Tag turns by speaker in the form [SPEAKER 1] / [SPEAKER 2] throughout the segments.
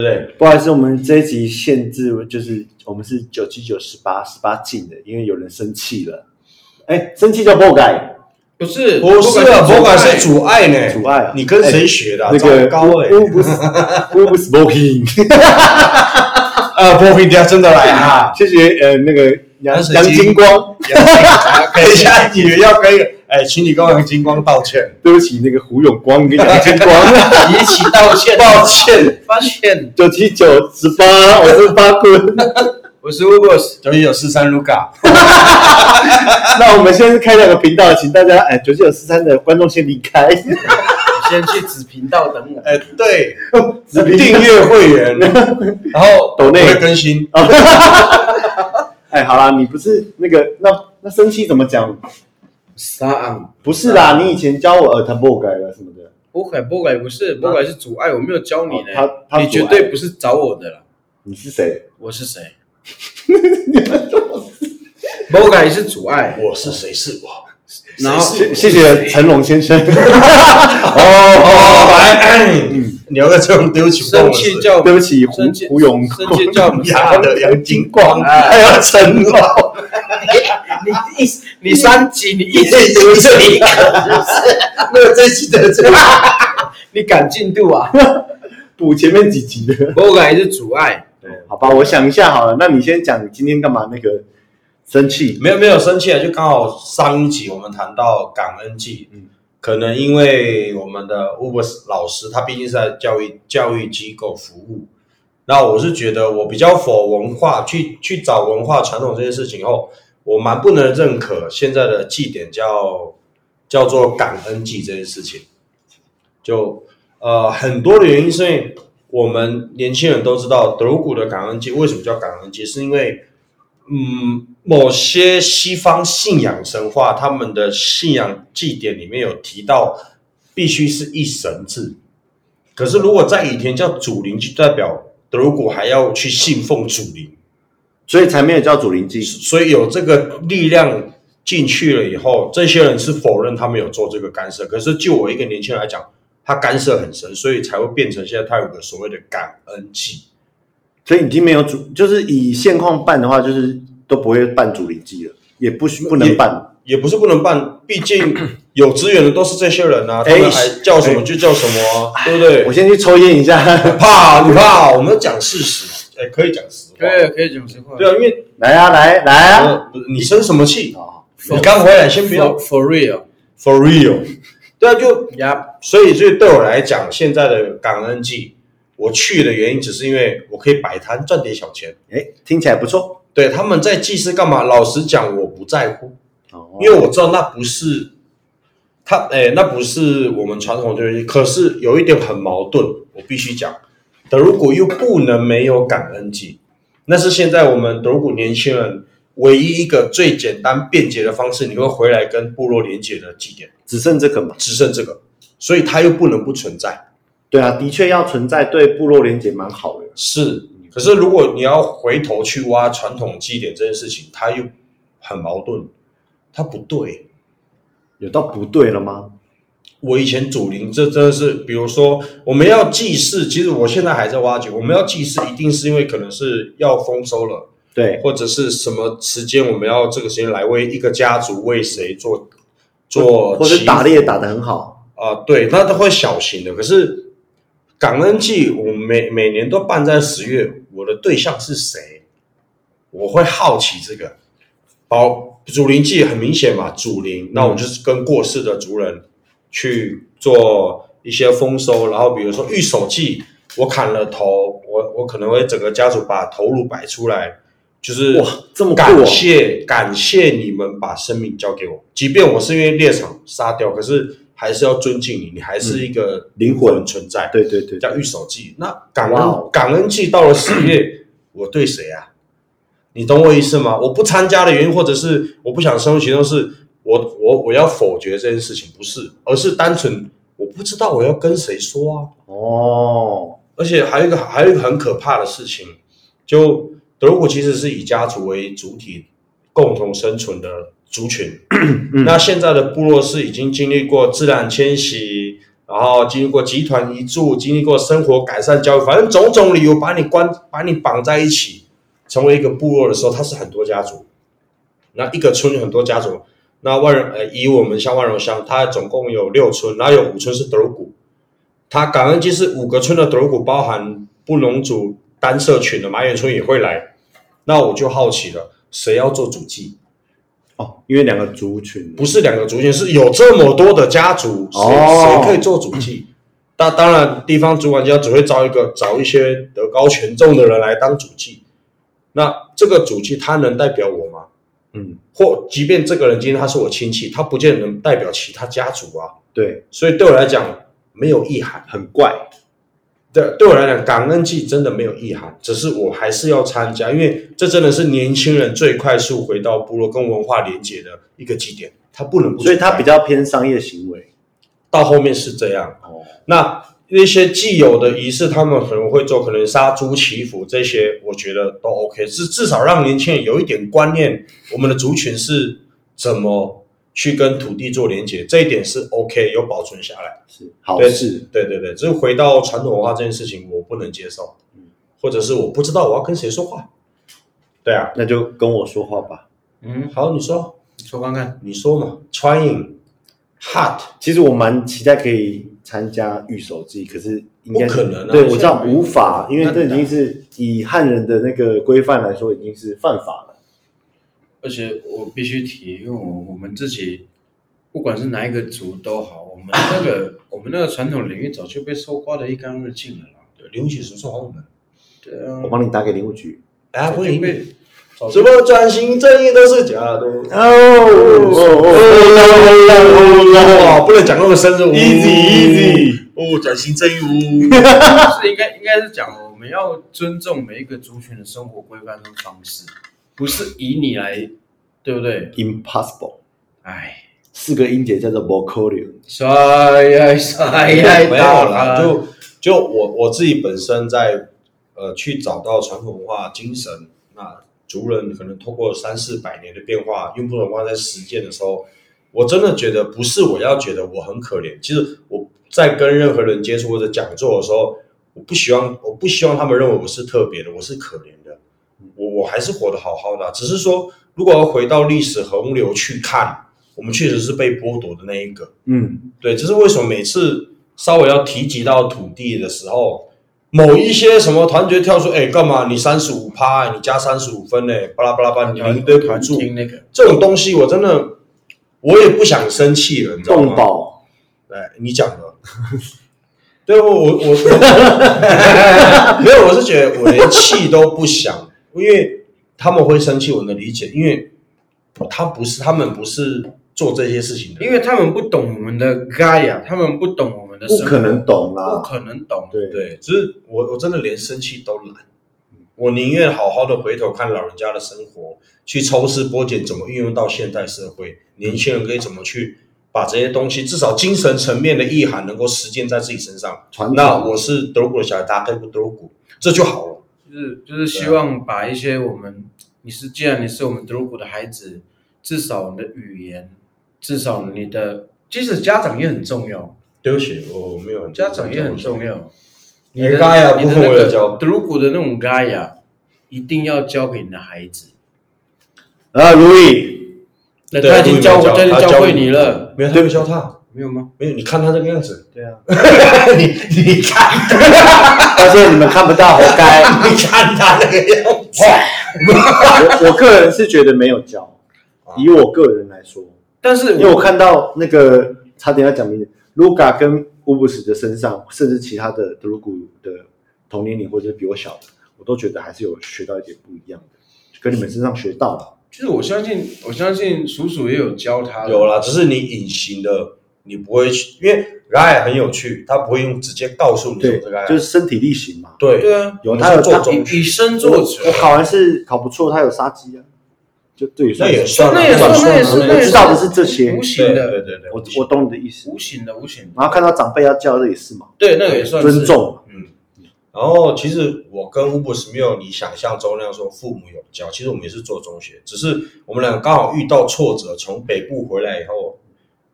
[SPEAKER 1] 对不
[SPEAKER 2] 不好意思，我们这一集限制就是我们是九七九十八十八禁的，因为有人生气了。哎，生气叫破改，
[SPEAKER 3] 不是，
[SPEAKER 1] 对？不是啊，博
[SPEAKER 3] 博
[SPEAKER 1] 感
[SPEAKER 3] 感
[SPEAKER 1] 是
[SPEAKER 3] 主
[SPEAKER 1] 阻碍呢，
[SPEAKER 2] 阻碍
[SPEAKER 1] 你跟谁学的啊？
[SPEAKER 2] 那个
[SPEAKER 1] 糟糕哎，
[SPEAKER 2] 乌不是乌不 smoking，
[SPEAKER 1] 呃，波比迪真的来 啊！
[SPEAKER 2] 谢谢呃那个杨
[SPEAKER 1] 杨水
[SPEAKER 2] 杨
[SPEAKER 1] 晶
[SPEAKER 2] 金光，
[SPEAKER 1] 等一哎下，你们要跟哎，请你跟王金光道歉，
[SPEAKER 2] 对不起，那个胡永光跟杨金光，
[SPEAKER 3] 一起 道歉，
[SPEAKER 1] 抱歉，
[SPEAKER 3] 抱歉，
[SPEAKER 2] 九七九十八，我是八棍。
[SPEAKER 3] 我是 Ubus，
[SPEAKER 1] 九一九四三 Luca，
[SPEAKER 2] 那我们现在是开两个频道，请大家哎九七九十三的观众先离 开，
[SPEAKER 3] 你先去子频道等我。
[SPEAKER 1] 哎，对，
[SPEAKER 2] 只评
[SPEAKER 1] 订阅会员， 然后
[SPEAKER 2] 抖内
[SPEAKER 1] 不会更新，
[SPEAKER 2] 哎，好啦，你不是那个那那生气怎么讲？
[SPEAKER 3] 啥啊？
[SPEAKER 2] 不是啦，你以前教我呃，他不改了什么的，
[SPEAKER 3] 不改不改不是，不改是阻碍，我没有教你呢。
[SPEAKER 2] 哦他他
[SPEAKER 3] 你
[SPEAKER 2] 阻碍
[SPEAKER 3] 绝对不是找我的了。
[SPEAKER 2] 你是谁？
[SPEAKER 3] 我是谁？不改是阻碍，
[SPEAKER 1] 我是谁是我？
[SPEAKER 3] 然后
[SPEAKER 1] 谁是
[SPEAKER 2] 谢谢谢成龙先 生。
[SPEAKER 1] 哦，来，你要在这种丢球，
[SPEAKER 3] 生气叫
[SPEAKER 2] 哦对不起，胡
[SPEAKER 3] 生气
[SPEAKER 2] 胡勇，
[SPEAKER 3] 生气叫我们啊
[SPEAKER 1] 牙
[SPEAKER 3] 三，
[SPEAKER 1] 的杨金光，还
[SPEAKER 3] 哎
[SPEAKER 1] 有陈老，
[SPEAKER 3] 你一你三级你一级
[SPEAKER 1] 丢球，没有这期的这个，
[SPEAKER 3] 你赶进度啊？
[SPEAKER 2] 补前面几集的。
[SPEAKER 3] 不改是阻碍，
[SPEAKER 2] 好吧，我想一下好了。那你先讲你今天干嘛？那个生气，
[SPEAKER 1] 没有没有生气啊，就刚好上一集我们谈到感恩季，
[SPEAKER 2] 嗯
[SPEAKER 1] 可能因为我们的 Uber 老师他毕竟是在教育教育机构服务，那我是觉得我比较否文化去去找文化传统这件事情后，我蛮不能认可现在的祭典叫叫做感恩祭这件事情，就呃很多的原因是因为我们年轻人都知道德鲁古的感恩祭为什么叫感恩祭，是因为嗯，某些西方信仰神话，他们的信仰祭典里面有提到，必须是一神制。可是如果在以前叫祖灵，就代表德国还要去信奉祖灵，
[SPEAKER 2] 所以才没有叫祖灵记。
[SPEAKER 1] 所以有这个力量进去了以后，这些人是否认他们有做这个干涉。可是就我一个年轻人来讲，他干涉很深，所以才会变成现在他有个所谓的感恩祭。
[SPEAKER 2] 所以已经没有主，就是以现况办的话，就是都不会办主灵祭了，也不许不能办。
[SPEAKER 1] 也不是不能办，毕竟有资源的都是这些人啊，
[SPEAKER 2] 哎
[SPEAKER 1] 他们还叫什么
[SPEAKER 2] 哎
[SPEAKER 1] 就叫什么啊，对不对
[SPEAKER 2] 我？先去抽烟一 下，
[SPEAKER 1] 怕你怕，我们讲事实，哎，可以讲实话，
[SPEAKER 3] 可以可以讲实话。
[SPEAKER 1] 对啊，因为
[SPEAKER 2] 来啊，来来啊！
[SPEAKER 1] 呃不是你生什么气？
[SPEAKER 2] 哦
[SPEAKER 1] 你刚回来，先不要
[SPEAKER 3] For for real，
[SPEAKER 1] for real，对啊，就
[SPEAKER 3] 呀，
[SPEAKER 1] 所以，所以对我来讲，现在的感恩季，我去的原因只是因为我可以摆摊赚点小钱。
[SPEAKER 2] 哎，听起来不错。
[SPEAKER 1] 对，他们在祭祀干嘛？老实讲，我不在乎，
[SPEAKER 2] 哦
[SPEAKER 1] 因为我知道那不是他，哎、那不是我们传统的东西。可是有一点很矛盾，我必须讲，德鲁古又不能没有感恩祭，那是现在我们德鲁古年轻人唯一一个最简单便捷的方式，你会回来跟部落连接的祭典，
[SPEAKER 2] 只剩这个嘛。
[SPEAKER 1] 只剩这个，所以它又不能不存在。
[SPEAKER 2] 对啊，的确要存在，对部落连结蛮好的。
[SPEAKER 1] 是，可是如果你要回头去挖传统祭典这件事情，它又很矛盾，它不对。
[SPEAKER 2] 有到不对了吗？
[SPEAKER 1] 我以前祖灵，这真的是，比如说我们要祭祀，其实我现在还在挖掘，我们要祭祀，一定是因为可能是要丰收了，
[SPEAKER 2] 对，
[SPEAKER 1] 或者是什么时间我们要这个时间来为一个家族为谁做做
[SPEAKER 2] 或者
[SPEAKER 1] 祈
[SPEAKER 2] 打猎打得很好，
[SPEAKER 1] 啊、对，那都会小型的。可是感恩季，我每每年都办在十月，我的对象是谁？我会好奇这个。好，祖灵祭很明显嘛，祖灵，
[SPEAKER 2] 嗯
[SPEAKER 1] 那我就是跟过世的族人去做一些丰收，然后比如说御手祭，我砍了头，我我可能会整个家族把头颅摆出来，就是
[SPEAKER 2] 哇这么酷哦
[SPEAKER 1] 感谢感谢你们把生命交给我，即便我是因为猎场杀掉，可是还是要尊敬你，你还是一个
[SPEAKER 2] 灵魂
[SPEAKER 1] 存在，
[SPEAKER 2] 对对对，
[SPEAKER 1] 叫御手祭。那感
[SPEAKER 2] 哇哦
[SPEAKER 1] 恩感恩祭到了十月，我对谁啊？你懂我意思吗？我不参加的原因，或者是我不想参与其中，是我我我要否决这件事情，不是，而是单纯我不知道我要跟谁说啊。
[SPEAKER 2] 哦，
[SPEAKER 1] 而且还有一个还有一个很可怕的事情，就德国其实是以家族为主体共同生存的族群，那现在的部落是已经经历过自然迁徙，然后经历过集团移住，经历过生活改善教育，反正种种理由把你关把你绑在一起，成为一个部落的时候，它是很多家族，那一个村有很多家族。那万人呃，以我们像万荣乡，它总共有六村，然后有五村是德鲁古，它感恩祭是五个村的德鲁古，包含布农族单社群的马远村也会来。那我就好奇了，谁要做主祭？
[SPEAKER 2] 哦，因为两个族群
[SPEAKER 1] 不是两个族群，是有这么多的家族，谁
[SPEAKER 2] 哦
[SPEAKER 1] 谁可以做主祭？那当然，地方主管家只会招一个找一些德高权重的人来当主祭。那这个主祭他能代表我吗？
[SPEAKER 2] 嗯，
[SPEAKER 1] 或即便这个人今天他是我亲戚，他不见得能代表其他家族啊。
[SPEAKER 2] 对，
[SPEAKER 1] 所以对我来讲没有意涵。
[SPEAKER 2] 很怪，
[SPEAKER 1] 对，对我来讲，感恩季真的没有意涵，只是我还是要参加，因为这真的是年轻人最快速回到部落跟文化连接的一个祭典，他不能不参加。
[SPEAKER 2] 所以它比较偏商业行为。
[SPEAKER 1] 到后面是这样。
[SPEAKER 2] 哦，
[SPEAKER 1] 那那些既有的仪式，他们可能会做，可能杀猪祈福这些，我觉得都 OK，至至少让年轻人有一点观念，我们的族群是怎么去跟土地做连接，这一点是 OK，有保存下来。
[SPEAKER 2] 是好
[SPEAKER 1] 对
[SPEAKER 2] 事，
[SPEAKER 1] 对对对，只是回到传统文化这件事情，我不能接受，或者是我不知道我要跟谁说话。对啊，
[SPEAKER 2] 那就跟我说话吧。
[SPEAKER 3] 嗯，
[SPEAKER 1] 好，你说，
[SPEAKER 3] 你说看看，
[SPEAKER 1] 你说嘛，trying hard，
[SPEAKER 2] 其实我蛮期待可以参加御手祭，可是应该是
[SPEAKER 1] 不可能啊
[SPEAKER 2] 对我知道无法，因为
[SPEAKER 3] 那
[SPEAKER 2] 这已经是以汉人的那个规范来说，已经是犯法了。
[SPEAKER 3] 而且我必须提，因为我我们自己不管是哪一个族都好，我们那个 我们那个传统领域早就被搜刮的一干二净了啦。
[SPEAKER 1] 对刘启叔说好我们，
[SPEAKER 3] 对啊
[SPEAKER 2] 我，帮你打给林务局。
[SPEAKER 1] 来欢迎
[SPEAKER 3] 被
[SPEAKER 1] 你。直播转型正义都是假的。
[SPEAKER 2] 哦哦
[SPEAKER 1] 哇，不能讲那么深入。
[SPEAKER 2] Easy，easy
[SPEAKER 1] 哦，转型正义呜。
[SPEAKER 3] 是应该应该是讲我们要尊重每一个族群的生活规范跟方式，不是以你来，对不对？
[SPEAKER 2] ，impossible，
[SPEAKER 3] 哎，
[SPEAKER 2] 四个音节叫做 vocalium。
[SPEAKER 3] 衰哎呀衰哎呀，
[SPEAKER 1] 哎没有啦，就就我我自己本身在呃去找到传统文化精神，那族人可能通过三四百年的变化，用不同文化在实践的时候，我真的觉得不是我要觉得我很可怜，其实我在跟任何人接触或者讲座的时候，我不希望我不希望他们认为我是特别的，我是可怜的，我我还是活得好好的啊、只是说如果要回到历史洪流去看，我们确实是被剥夺的那一个。
[SPEAKER 2] 嗯，
[SPEAKER 1] 对，这是为什么每次稍微要提及到土地的时候，某一些什么团结跳出，哎，干嘛？你三十五趴，你加三十五分呢？巴拉巴拉巴拉，你领一堆补
[SPEAKER 3] 团
[SPEAKER 1] 助，
[SPEAKER 3] 听那个，
[SPEAKER 1] 这种东西我真的我也不想生气了，你知道
[SPEAKER 2] 动
[SPEAKER 1] 吗？
[SPEAKER 2] 保
[SPEAKER 1] 来，你讲的。 对，我我我我 没有，我是觉得我连气都不想，因为他们会生气，我能理解，因为他不是他们不是做这些事情的人，
[SPEAKER 3] 因为他们不懂我们的 Gaia，他们不懂我们的生
[SPEAKER 2] 不
[SPEAKER 3] 活，
[SPEAKER 2] 可能懂
[SPEAKER 3] 不
[SPEAKER 2] 啦。
[SPEAKER 3] 可能懂。
[SPEAKER 2] 对，
[SPEAKER 1] 对，就是我我真的连生气都懒，我宁愿好好的回头看老人家的生活，去抽丝剥茧怎么运用到现代社会，年轻人可以怎么去把这些东西，至少精神层面的意涵能够实践在自己身上。
[SPEAKER 2] 传
[SPEAKER 1] 那
[SPEAKER 2] 统
[SPEAKER 1] 我是德国的小孩，大家可以不德国，这就好了。
[SPEAKER 3] 就是就是希望把一些我们，你是既然你是我们德鲁古的孩子，至少你的语言，至少你的，即使家长也很重要，
[SPEAKER 1] 对不起，我没有很
[SPEAKER 3] 家长也很重。要。
[SPEAKER 1] 你的 Gaia
[SPEAKER 3] 你的
[SPEAKER 1] 部分我
[SPEAKER 3] 那
[SPEAKER 1] 有
[SPEAKER 3] 个
[SPEAKER 1] 教
[SPEAKER 3] 德鲁古的那种 Gaia，一定要教给你的孩子。
[SPEAKER 2] 啊，如意，
[SPEAKER 3] 那
[SPEAKER 1] 对
[SPEAKER 3] 他已经教，
[SPEAKER 1] 他
[SPEAKER 3] 他已经
[SPEAKER 1] 教
[SPEAKER 3] 教会你了，，
[SPEAKER 1] 没有他没教他，
[SPEAKER 3] 没有吗？
[SPEAKER 1] 没有你看他这个样子，
[SPEAKER 2] 对啊，
[SPEAKER 1] 你你看
[SPEAKER 2] 但是你们看不到，活该。
[SPEAKER 1] 你看他那个样子，
[SPEAKER 2] 我我个人是觉得没有教，以我个人来说，
[SPEAKER 3] 但是
[SPEAKER 2] 因为我看到那个差点要讲名字，Luga 跟乌布什的身上，甚至其他的德鲁古的同年龄或者是比我小的，我都觉得还是有学到一点不一样的，跟你们身上学到了。
[SPEAKER 1] 嗯
[SPEAKER 3] 就是我相信，我相信叔叔也有教他的
[SPEAKER 1] 有啦，只是你隐形的，你不会去，因为 Rai 很有趣，他不会用直接告诉你说
[SPEAKER 2] 对
[SPEAKER 1] 这个 Rai，，
[SPEAKER 2] 就是身体力行嘛。
[SPEAKER 1] 对
[SPEAKER 3] 对啊，
[SPEAKER 1] 我们
[SPEAKER 2] 他有
[SPEAKER 1] 是做
[SPEAKER 2] 他
[SPEAKER 1] 中
[SPEAKER 3] 以以身
[SPEAKER 2] 我
[SPEAKER 3] 作则
[SPEAKER 2] 我。考完试考不错，他有杀鸡啊，就对，
[SPEAKER 1] 那也
[SPEAKER 2] 是
[SPEAKER 1] 算啊，
[SPEAKER 3] 那也算，
[SPEAKER 1] 算
[SPEAKER 3] 那也
[SPEAKER 1] 算
[SPEAKER 3] 算，
[SPEAKER 2] 我
[SPEAKER 3] 那也
[SPEAKER 2] 知道的
[SPEAKER 3] 算
[SPEAKER 2] 是这些
[SPEAKER 3] 无形
[SPEAKER 1] 对
[SPEAKER 3] 的，
[SPEAKER 1] 对对对，
[SPEAKER 2] 我我懂你的意思。
[SPEAKER 3] 无形的，无形的，
[SPEAKER 2] 然后看到长辈要叫，这也是嘛，
[SPEAKER 3] 对，那个也
[SPEAKER 1] 嗯
[SPEAKER 3] 算是
[SPEAKER 2] 尊。重。
[SPEAKER 1] 然后其实我跟乌布斯没有你想象中那样说父母有教，其实我们也是做中学，只是我们俩刚好遇到挫折，从北部回来以后，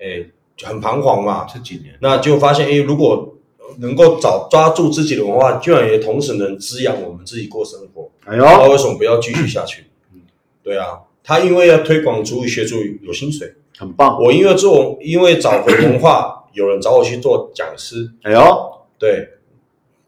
[SPEAKER 1] 哎，很彷徨嘛，
[SPEAKER 3] 这几年
[SPEAKER 1] 那就发现，哎，如果能够找抓住自己的文化，居然也同时能滋养我们自己过生活，
[SPEAKER 2] 哎呦，
[SPEAKER 1] 那为什么不要继续下去
[SPEAKER 2] 嗯？
[SPEAKER 1] 对啊，他因为要推广主语学主语有薪水，
[SPEAKER 2] 很棒，
[SPEAKER 1] 我因为做因为找回文化，有人找我去做讲师，
[SPEAKER 2] 哎呦，
[SPEAKER 1] 对，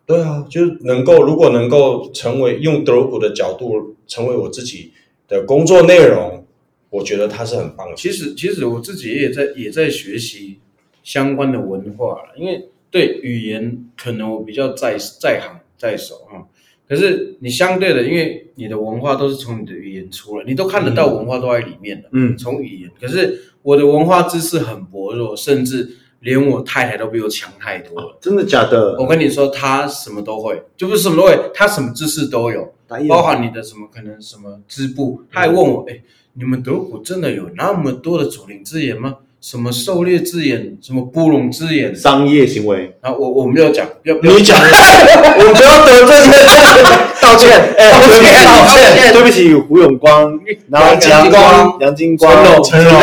[SPEAKER 1] 对啊，就是能够如果能够成为用德鲁古的角度成为我自己的工作内容，我觉得它是很棒的。
[SPEAKER 3] 其实其实我自己也在也在学习相关的文化啦，因为对语言可能我比较在在行在手哈。可是你相对的，因为你的文化都是从你的语言出来，你都看得到文化都在里面的，
[SPEAKER 2] 嗯，
[SPEAKER 3] 从语言。可是我的文化知识很薄弱，甚至连我太太都比我强太多了。
[SPEAKER 2] 真的假的？
[SPEAKER 1] 哦
[SPEAKER 3] 我跟你说，她什么都会，就不是什么都会，她什么知识都有。
[SPEAKER 2] 打
[SPEAKER 1] 哎
[SPEAKER 2] 野
[SPEAKER 3] 包含你的什么可能什么织布，他还问我，
[SPEAKER 1] 嗯
[SPEAKER 3] 哎、你们德国真的有那么多的祖灵之眼吗？什么狩猎之眼，什么布隆之眼？
[SPEAKER 2] 商业行为，
[SPEAKER 3] 然后我我没有讲，要不要
[SPEAKER 1] 你讲的
[SPEAKER 2] 我们不要得罪人， 道歉，哎，
[SPEAKER 1] 道歉
[SPEAKER 2] 道
[SPEAKER 1] 道
[SPEAKER 2] 歉，对不起，胡永光，然后杨
[SPEAKER 1] 杨金光
[SPEAKER 2] 杨金光，
[SPEAKER 1] 陈龙
[SPEAKER 2] 陈
[SPEAKER 1] 陈
[SPEAKER 2] 龙，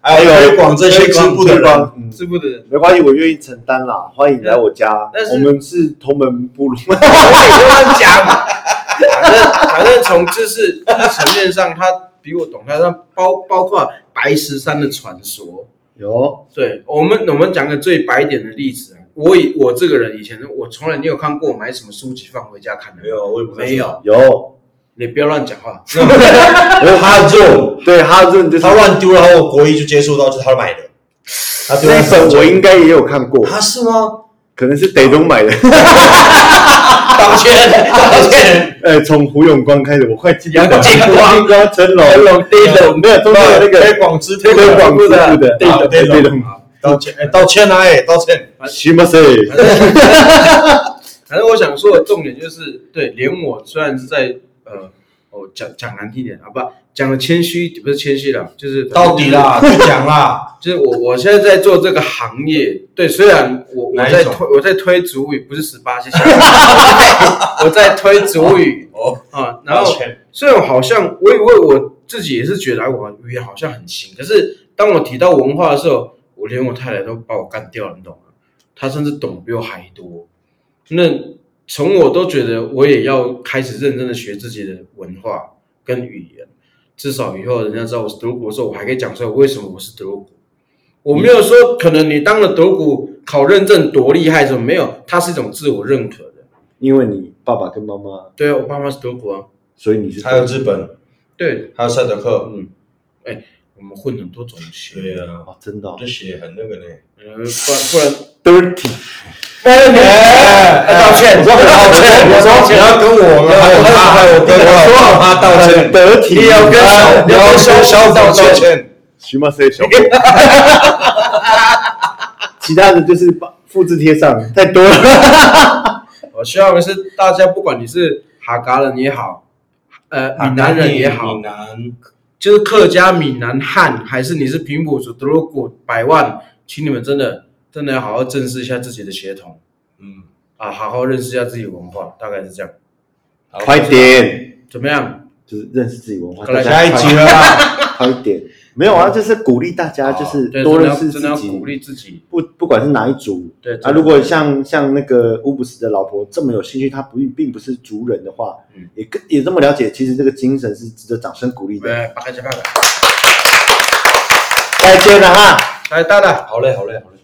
[SPEAKER 1] 还有推哎广这些织布的
[SPEAKER 2] 推
[SPEAKER 1] 人，
[SPEAKER 2] 广，嗯
[SPEAKER 3] 织布的人？
[SPEAKER 2] 没关系，我愿意承担啦，欢迎来我家
[SPEAKER 3] 但，是
[SPEAKER 2] 我们是同门部 落，
[SPEAKER 3] 我乱讲。反正反正从知识知识层面上，他比我懂，他他包包括白石山的传说。
[SPEAKER 2] 有，
[SPEAKER 3] 对我们，我们讲个最白一点的例子啊。我以我这个人以前我从来你有看过我买什么书籍放回家看的吗
[SPEAKER 1] 没？有，我也不太
[SPEAKER 3] 没有，
[SPEAKER 2] 有，
[SPEAKER 3] 你不要乱讲 话。
[SPEAKER 1] 知道，他就
[SPEAKER 2] 对，哈润就是
[SPEAKER 1] 他乱丢，然后我国一就接触到，就是他买的，他丢
[SPEAKER 2] 这
[SPEAKER 1] 在
[SPEAKER 2] 一本
[SPEAKER 1] 手
[SPEAKER 2] 我
[SPEAKER 1] 中
[SPEAKER 2] 应该也有看过，
[SPEAKER 1] 啊是吗？
[SPEAKER 2] 可能是北东买 的，
[SPEAKER 1] 道歉，道歉，
[SPEAKER 2] 呃，从胡永光开始，我快记得
[SPEAKER 3] 杨金光
[SPEAKER 2] 杨金光、成龙、
[SPEAKER 3] 成龙
[SPEAKER 2] 第一没有，中间有那个
[SPEAKER 1] 推广之
[SPEAKER 2] 推
[SPEAKER 1] 推
[SPEAKER 2] 广制度的，
[SPEAKER 1] 对的对的
[SPEAKER 2] 对的，
[SPEAKER 1] 道歉，哎，道歉啊，哎，道歉，
[SPEAKER 2] 西马塞，
[SPEAKER 3] 反正我想说的重点就是，对，连我虽然是在呃，哦讲讲难听点啊，不讲的谦虚，不是谦虚啦，就是
[SPEAKER 1] 到底，啦，就讲 啦，
[SPEAKER 3] 就是我我现在在做这个行业，对，虽然我我
[SPEAKER 1] 哪一
[SPEAKER 3] 在
[SPEAKER 1] 种
[SPEAKER 3] 推我在推主语，不是十八谢谢， 我在推主语
[SPEAKER 1] 哦，
[SPEAKER 3] 啊，然
[SPEAKER 1] 道
[SPEAKER 3] 后
[SPEAKER 1] 歉，
[SPEAKER 3] 虽然好像我以为我自己也是觉得哎我语言好像很行，可是当我提到文化的时候，我连我太太都把我干掉了，你懂吗？她甚至懂得比我还多。那从我都觉得我也要开始认真的学自己的文化跟语言，至少以后人家知道我是德国的时候，我还可以讲出来为什么我是德国。我没有说可能你当了德国考认证多厉害什么没有，它是一种自我认可的。
[SPEAKER 2] 因为你爸爸跟妈妈，
[SPEAKER 3] 对啊，我爸妈是德国啊，
[SPEAKER 2] 所以你是
[SPEAKER 1] 还有日本，
[SPEAKER 3] 对，
[SPEAKER 1] 还有赛德克，
[SPEAKER 3] 嗯，哎，我们混很多种血，
[SPEAKER 1] 对啊，
[SPEAKER 2] 哦，真的哦
[SPEAKER 1] 这血很那个呢，
[SPEAKER 3] 呃，不然不然，
[SPEAKER 2] dirty，
[SPEAKER 1] 哎
[SPEAKER 2] 道歉
[SPEAKER 1] 我说道歉，我说你要跟我们还有他，还有跟我老爸妈道歉，
[SPEAKER 2] 得体，
[SPEAKER 1] 哎你要跟 消消防道歉，
[SPEAKER 2] 西马塞小狗，其他的就是把复制贴上，太多了，
[SPEAKER 3] 我希望是大家不管你是哈嘎人也好，呃，闽南人也好
[SPEAKER 1] 闽，南
[SPEAKER 3] 就是客家、闽南汉，还是你是平埔族、德鲁古、百万，请你们真的真的要好好正视一下自己的血统
[SPEAKER 1] 嗯，
[SPEAKER 3] 啊，好好认识一下自己的文化，大概是这样。
[SPEAKER 1] 好
[SPEAKER 2] 快，点，
[SPEAKER 3] 怎么样？
[SPEAKER 2] 就是认识自己文化，
[SPEAKER 3] 快来
[SPEAKER 1] 下一集了啦，
[SPEAKER 2] 快一点，没有啊，就是鼓励大家，就是
[SPEAKER 3] 对，
[SPEAKER 2] 多
[SPEAKER 3] 真的
[SPEAKER 2] 认
[SPEAKER 3] 要
[SPEAKER 2] 识
[SPEAKER 3] 真的
[SPEAKER 2] 自
[SPEAKER 3] 要
[SPEAKER 2] 己，
[SPEAKER 3] 鼓励自己。
[SPEAKER 2] 不不管是哪一族
[SPEAKER 3] 对
[SPEAKER 2] 啊，如果像像那个乌布斯的老婆这么有兴趣，她不并不是族人的话，
[SPEAKER 3] 嗯
[SPEAKER 2] 也更也这么了解，其实这个精神是值得掌声鼓励的。
[SPEAKER 3] 哎，八个加八个，
[SPEAKER 2] 再见了哈。
[SPEAKER 3] 来，大大。
[SPEAKER 1] 好嘞，好嘞，好嘞。